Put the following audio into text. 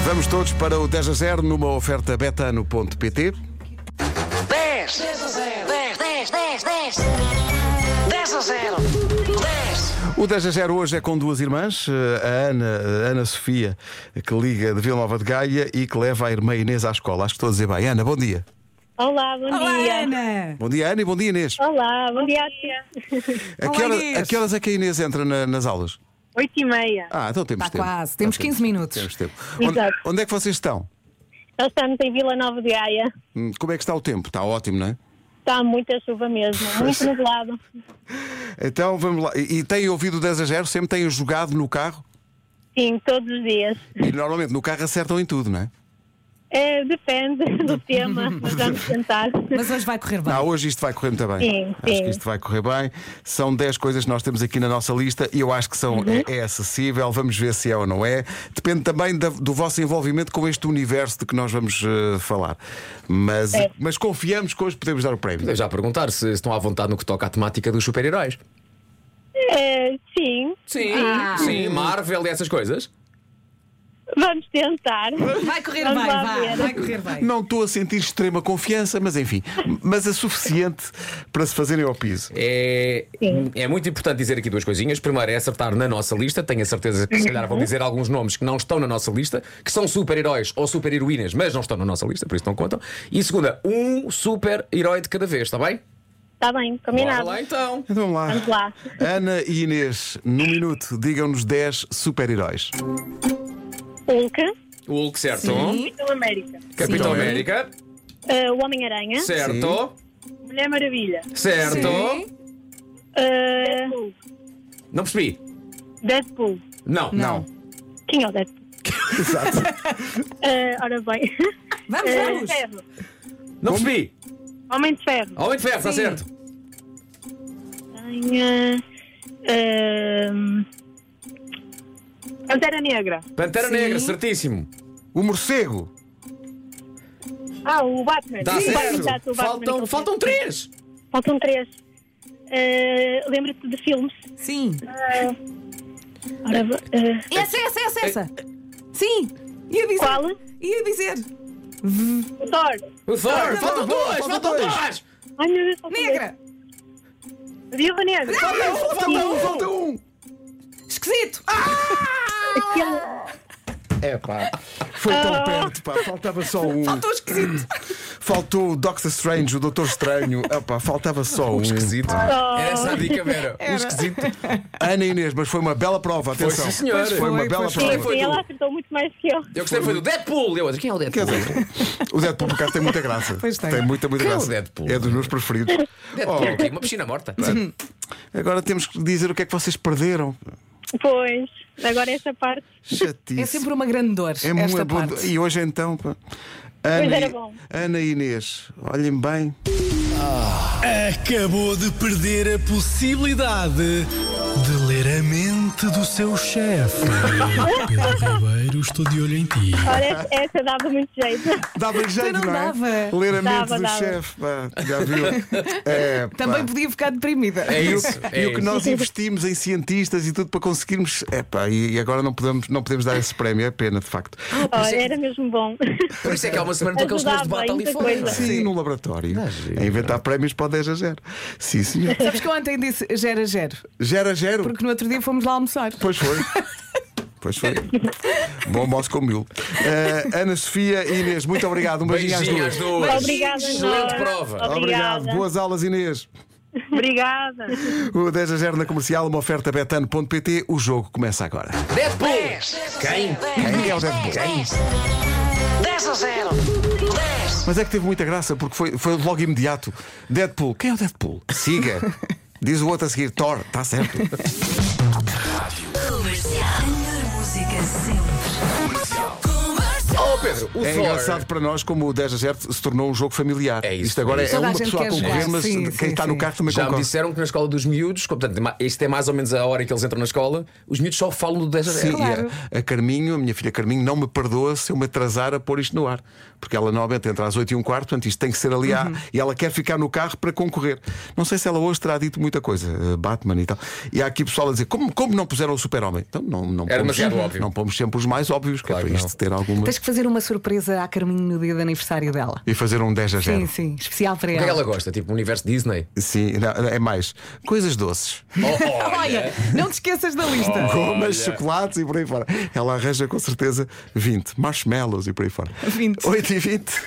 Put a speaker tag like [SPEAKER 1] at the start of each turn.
[SPEAKER 1] Vamos todos para o 10 a 0 numa oferta betano.pt.
[SPEAKER 2] 10 10 10 10 10 10 a 0 10
[SPEAKER 1] O 10 a 0 hoje é com duas irmãs, eh, a Ana, a Ana Sofia, que liga de Vila Nova de Gaia e que leva a irmã Inês à escola. Acho que estou a dizer bem. Ana, bom dia.
[SPEAKER 3] Olá, bom
[SPEAKER 4] Olá,
[SPEAKER 3] dia.
[SPEAKER 4] Ana!
[SPEAKER 1] Bom dia, Ana, e bom dia, Inês.
[SPEAKER 3] Olá, bom dia, tia.
[SPEAKER 1] A que,
[SPEAKER 4] Olá,
[SPEAKER 1] hora-
[SPEAKER 4] Inês.
[SPEAKER 1] a que horas é que a Inês entra na- nas aulas?
[SPEAKER 3] Oito e meia.
[SPEAKER 1] Ah, então temos
[SPEAKER 4] Está
[SPEAKER 1] tempo.
[SPEAKER 4] Tá quase. Temos
[SPEAKER 1] Está
[SPEAKER 4] 15 minutos.
[SPEAKER 1] Temos tempo. Onde,
[SPEAKER 3] Exato.
[SPEAKER 1] onde é que vocês estão?
[SPEAKER 3] Nós estamos em Vila Nova de Gaia.
[SPEAKER 1] Hum, Como é que está o tempo? Está ótimo, não é?
[SPEAKER 3] Está muita chuva mesmo, muito nublado.
[SPEAKER 1] Então vamos lá. E, e têm ouvido o 10 a 0? Sempre têm jogado no carro?
[SPEAKER 3] Sim, todos os dias.
[SPEAKER 1] E normalmente no carro acertam em tudo, não é?
[SPEAKER 3] É, depende do tema, mas vamos tentar.
[SPEAKER 4] Mas hoje vai correr bem.
[SPEAKER 1] Ah, hoje isto vai correr muito bem.
[SPEAKER 3] Sim,
[SPEAKER 1] acho
[SPEAKER 3] sim.
[SPEAKER 1] que isto vai correr bem. São 10 coisas que nós temos aqui na nossa lista e eu acho que são,
[SPEAKER 3] Uhum.
[SPEAKER 1] é, é acessível. Vamos ver se é ou não é. Depende também da- do vosso envolvimento com este universo de que nós vamos eh, falar. Mas,
[SPEAKER 3] É.
[SPEAKER 1] mas confiamos que hoje podemos dar o prémio.
[SPEAKER 5] Podemos já perguntar se estão à vontade no que toca à temática dos super-heróis.
[SPEAKER 3] É, sim,
[SPEAKER 5] Sim, sim, Marvel e essas coisas.
[SPEAKER 3] vamos tentar.
[SPEAKER 4] Vai correr
[SPEAKER 3] Vamos
[SPEAKER 4] bem,
[SPEAKER 3] lá
[SPEAKER 4] vai,
[SPEAKER 3] ver.
[SPEAKER 4] vai correr bem.
[SPEAKER 1] Não estou a sentir extrema confiança, mas enfim, mas é suficiente para se fazerem ao piso.
[SPEAKER 5] É,
[SPEAKER 3] Sim.
[SPEAKER 5] é muito importante dizer aqui duas coisinhas. Primeiro é acertar na nossa lista. Tenho a certeza que se calhar vão dizer alguns nomes que não estão na nossa lista, que são super-heróis ou super-heroínas, mas não estão na nossa lista, por isso não contam. E segunda, um super-herói de cada vez, está bem?
[SPEAKER 3] Está bem,
[SPEAKER 5] Bora
[SPEAKER 3] combinado.
[SPEAKER 5] lá então.
[SPEAKER 1] Então vamos lá.
[SPEAKER 3] Vamos lá.
[SPEAKER 1] Ana e Inês, num minuto, digam-nos 10 super-heróis.
[SPEAKER 3] Hulk,
[SPEAKER 5] Hulk, certo.
[SPEAKER 4] Sim.
[SPEAKER 3] Capitão América.
[SPEAKER 5] Capitão
[SPEAKER 1] Sim.
[SPEAKER 5] América,
[SPEAKER 3] É, o Homem-Aranha,
[SPEAKER 5] certo.
[SPEAKER 3] Mulher Maravilha,
[SPEAKER 5] Certo.
[SPEAKER 4] Sim.
[SPEAKER 3] É,
[SPEAKER 5] Não percebi.
[SPEAKER 3] Deadpool.
[SPEAKER 5] Não.
[SPEAKER 1] Não.
[SPEAKER 3] Quem é o Deadpool?
[SPEAKER 1] Exato.
[SPEAKER 3] É, ora bem,
[SPEAKER 4] Vamos,
[SPEAKER 3] É,
[SPEAKER 4] vamos.
[SPEAKER 3] Ferro,
[SPEAKER 5] Não percebi.
[SPEAKER 3] Homem de Ferro.
[SPEAKER 5] Homem de ferro, está
[SPEAKER 4] Sim.
[SPEAKER 5] certo.
[SPEAKER 3] Tenha. ehm, Pantera Negra.
[SPEAKER 5] Pantera
[SPEAKER 4] Sim.
[SPEAKER 5] Negra, certíssimo.
[SPEAKER 1] O morcego.
[SPEAKER 3] Ah, o Batman.
[SPEAKER 1] Tá
[SPEAKER 5] Está
[SPEAKER 3] Sim,
[SPEAKER 5] Tá certo.
[SPEAKER 3] exato, o Batman
[SPEAKER 5] Faltam,
[SPEAKER 3] completo.
[SPEAKER 5] faltam três.
[SPEAKER 3] Faltam três. Eh, Lembra-te de filmes?
[SPEAKER 4] Sim.
[SPEAKER 3] Ora, eh,
[SPEAKER 4] Essa, essa, essa,
[SPEAKER 1] É.
[SPEAKER 4] essa. Sim. Ia dizer.
[SPEAKER 3] Qual?
[SPEAKER 4] Ia dizer.
[SPEAKER 3] o Thor.
[SPEAKER 5] O Thor,
[SPEAKER 4] Faltam
[SPEAKER 5] faltam
[SPEAKER 1] dois,
[SPEAKER 5] dois,
[SPEAKER 1] faltam
[SPEAKER 5] faltam
[SPEAKER 1] dois.
[SPEAKER 5] dois.
[SPEAKER 3] Ai, meu Deus, faltam
[SPEAKER 4] Negra.
[SPEAKER 3] dois. Viúva Negra.
[SPEAKER 4] Ah,
[SPEAKER 1] Falta um, falta um.
[SPEAKER 4] Esquisito. Ah,
[SPEAKER 3] Aquele-
[SPEAKER 1] É pá, foi tão
[SPEAKER 3] Ah.
[SPEAKER 1] perto, pá. Faltava só um.
[SPEAKER 4] estou esquisito. Ah,
[SPEAKER 1] Faltou o Doctor Strange, o Doutor Estranho. É pá, faltava só um.
[SPEAKER 3] Oh,
[SPEAKER 5] Era essa a dica, Vera. Um esquisito.
[SPEAKER 1] Ana Inês, mas foi uma bela prova,
[SPEAKER 5] Foi,
[SPEAKER 1] atenção.
[SPEAKER 5] sim, senhor.
[SPEAKER 1] Foi uma bela
[SPEAKER 4] pois
[SPEAKER 3] sim,
[SPEAKER 1] prova.
[SPEAKER 5] foi
[SPEAKER 3] sim,
[SPEAKER 5] do-
[SPEAKER 3] ela acertou muito mais que eu.
[SPEAKER 5] Eu gostei, foi do Deadpool. Eu, quem é o Deadpool?
[SPEAKER 1] Quer dizer, o Deadpool por acaso tem muita graça.
[SPEAKER 4] Pois tem.
[SPEAKER 1] muita, muita
[SPEAKER 5] Quem é o
[SPEAKER 1] graça.
[SPEAKER 5] Deadpool?
[SPEAKER 1] É dos meus preferidos.
[SPEAKER 5] Deadpool, ok, uma piscina morta.
[SPEAKER 1] Agora temos que dizer o que é que vocês perderam.
[SPEAKER 3] Pois, agora essa parte.
[SPEAKER 1] Chatice.
[SPEAKER 4] É sempre uma grande dor.
[SPEAKER 1] É
[SPEAKER 4] esta
[SPEAKER 1] muito bom.
[SPEAKER 4] parte.
[SPEAKER 1] E hoje então, pá. Ana,
[SPEAKER 3] era
[SPEAKER 1] e-
[SPEAKER 3] bom.
[SPEAKER 1] Ana e Inês, olhem bem.
[SPEAKER 6] Acabou de perder a possibilidade de ler a mente do seu chefe. Pedro Ribeiro, estou de olho em ti.
[SPEAKER 3] Ora, essa, essa dava muito jeito.
[SPEAKER 1] Dava jeito,
[SPEAKER 4] não
[SPEAKER 1] não, é?
[SPEAKER 4] dava.
[SPEAKER 1] Ler a mente
[SPEAKER 3] Dava,
[SPEAKER 1] do
[SPEAKER 3] dava.
[SPEAKER 1] chefe, pá. Já viu? É, pá.
[SPEAKER 4] Também podia ficar deprimida.
[SPEAKER 5] É isso. é
[SPEAKER 1] E o que
[SPEAKER 5] isso.
[SPEAKER 1] nós investimos em cientistas e tudo para conseguirmos. É pá, e e agora não podemos, não podemos dar esse prémio, é pena, de facto.
[SPEAKER 3] Olha, era mesmo bom.
[SPEAKER 5] Por isso é que há uma semana daqueles senhores de bata
[SPEAKER 3] Ajudava,
[SPEAKER 5] ali
[SPEAKER 3] muita
[SPEAKER 5] fora. não é?
[SPEAKER 3] coisa.
[SPEAKER 1] Sim, num laboratório.
[SPEAKER 5] giro,
[SPEAKER 1] a inventar prémios para o 10 a 0. Sim, senhor.
[SPEAKER 4] Sabes que eu ontem disse gera, gero.
[SPEAKER 1] Gera, gero.
[SPEAKER 4] Porque no outro dia fomos lá almoçar.
[SPEAKER 1] Pois foi. Pois foi. Bom almoço com mil. Eh, Ana Sofia e Inês, muito obrigado. Um beijinho,
[SPEAKER 5] Beijinho
[SPEAKER 1] às
[SPEAKER 5] às
[SPEAKER 1] duas.
[SPEAKER 5] duas.
[SPEAKER 3] Obrigada,
[SPEAKER 5] Excelente
[SPEAKER 3] Nora.
[SPEAKER 5] prova.
[SPEAKER 3] Obrigada.
[SPEAKER 1] Obrigado. Boas aulas, Inês.
[SPEAKER 3] Obrigada.
[SPEAKER 1] O 10 a 0 na comercial, uma oferta betano.pt. O jogo começa agora.
[SPEAKER 3] É.
[SPEAKER 5] Deadpool. Quem?
[SPEAKER 1] Quem é o Deadpool?
[SPEAKER 2] 10 a 0 10
[SPEAKER 1] Mas é que teve muita graça porque foi, foi logo imediato. Deadpool, quem é o Deadpool? Siga. Diz o outro a seguir, Thor, está certo.
[SPEAKER 7] Comercial. A melhor música sempre. Comercial.
[SPEAKER 5] Pedro, o
[SPEAKER 1] É
[SPEAKER 5] Thor-
[SPEAKER 1] engraçado para nós como o 10 a 0 se tornou um jogo familiar.
[SPEAKER 5] É isso,
[SPEAKER 1] Isto agora
[SPEAKER 5] é
[SPEAKER 1] é,
[SPEAKER 5] isso.
[SPEAKER 4] Toda a
[SPEAKER 1] uma
[SPEAKER 4] gente
[SPEAKER 1] pessoa a
[SPEAKER 4] quer
[SPEAKER 1] concorrer,
[SPEAKER 4] jogar.
[SPEAKER 1] mas
[SPEAKER 4] Sim,
[SPEAKER 1] quem
[SPEAKER 4] sim,
[SPEAKER 1] está no
[SPEAKER 4] sim.
[SPEAKER 1] carro também
[SPEAKER 5] Já me
[SPEAKER 1] concorre.
[SPEAKER 5] disseram que na escola dos miúdos, como, portanto, ma- isto é mais ou menos a hora em que eles entram na escola, os miúdos só falam do 10 a
[SPEAKER 1] Sim,
[SPEAKER 5] 0.
[SPEAKER 4] Claro.
[SPEAKER 1] e é. a, a Carminho, a minha filha Carminho, não me perdoa se eu me atrasar a pôr isto no ar. Porque ela normalmente entra às 8 e um quarto, portanto isto tem que ser ali à-
[SPEAKER 4] Uhum.
[SPEAKER 1] E ela quer ficar no carro para concorrer. Não sei se ela hoje terá dito muita coisa, eh, Batman e tal. E há aqui pessoal a dizer: como, como não puseram o Super-Homem? Então não, não,
[SPEAKER 5] Era
[SPEAKER 1] pomos,
[SPEAKER 5] demasiado óbvio.
[SPEAKER 1] não pomos sempre os mais óbvios, que
[SPEAKER 5] Claro
[SPEAKER 1] é
[SPEAKER 5] que
[SPEAKER 1] para isto
[SPEAKER 5] não.
[SPEAKER 1] ter alguma.
[SPEAKER 4] Tens que fazer uma surpresa à Carminho no dia de aniversário dela.
[SPEAKER 1] E fazer um 10 a 0.
[SPEAKER 4] Sim, sim, especial para
[SPEAKER 5] O que é que
[SPEAKER 4] ela.
[SPEAKER 5] ela gosta? Tipo, o universo Disney?
[SPEAKER 1] Sim, não, é mais. Coisas doces.
[SPEAKER 5] Oh,
[SPEAKER 4] Olha, não te esqueças da lista.
[SPEAKER 1] Gomas, chocolates e por aí fora. Ela arranja com certeza 20. Marshmallows e por aí fora.
[SPEAKER 4] 20.
[SPEAKER 1] 8 e 20.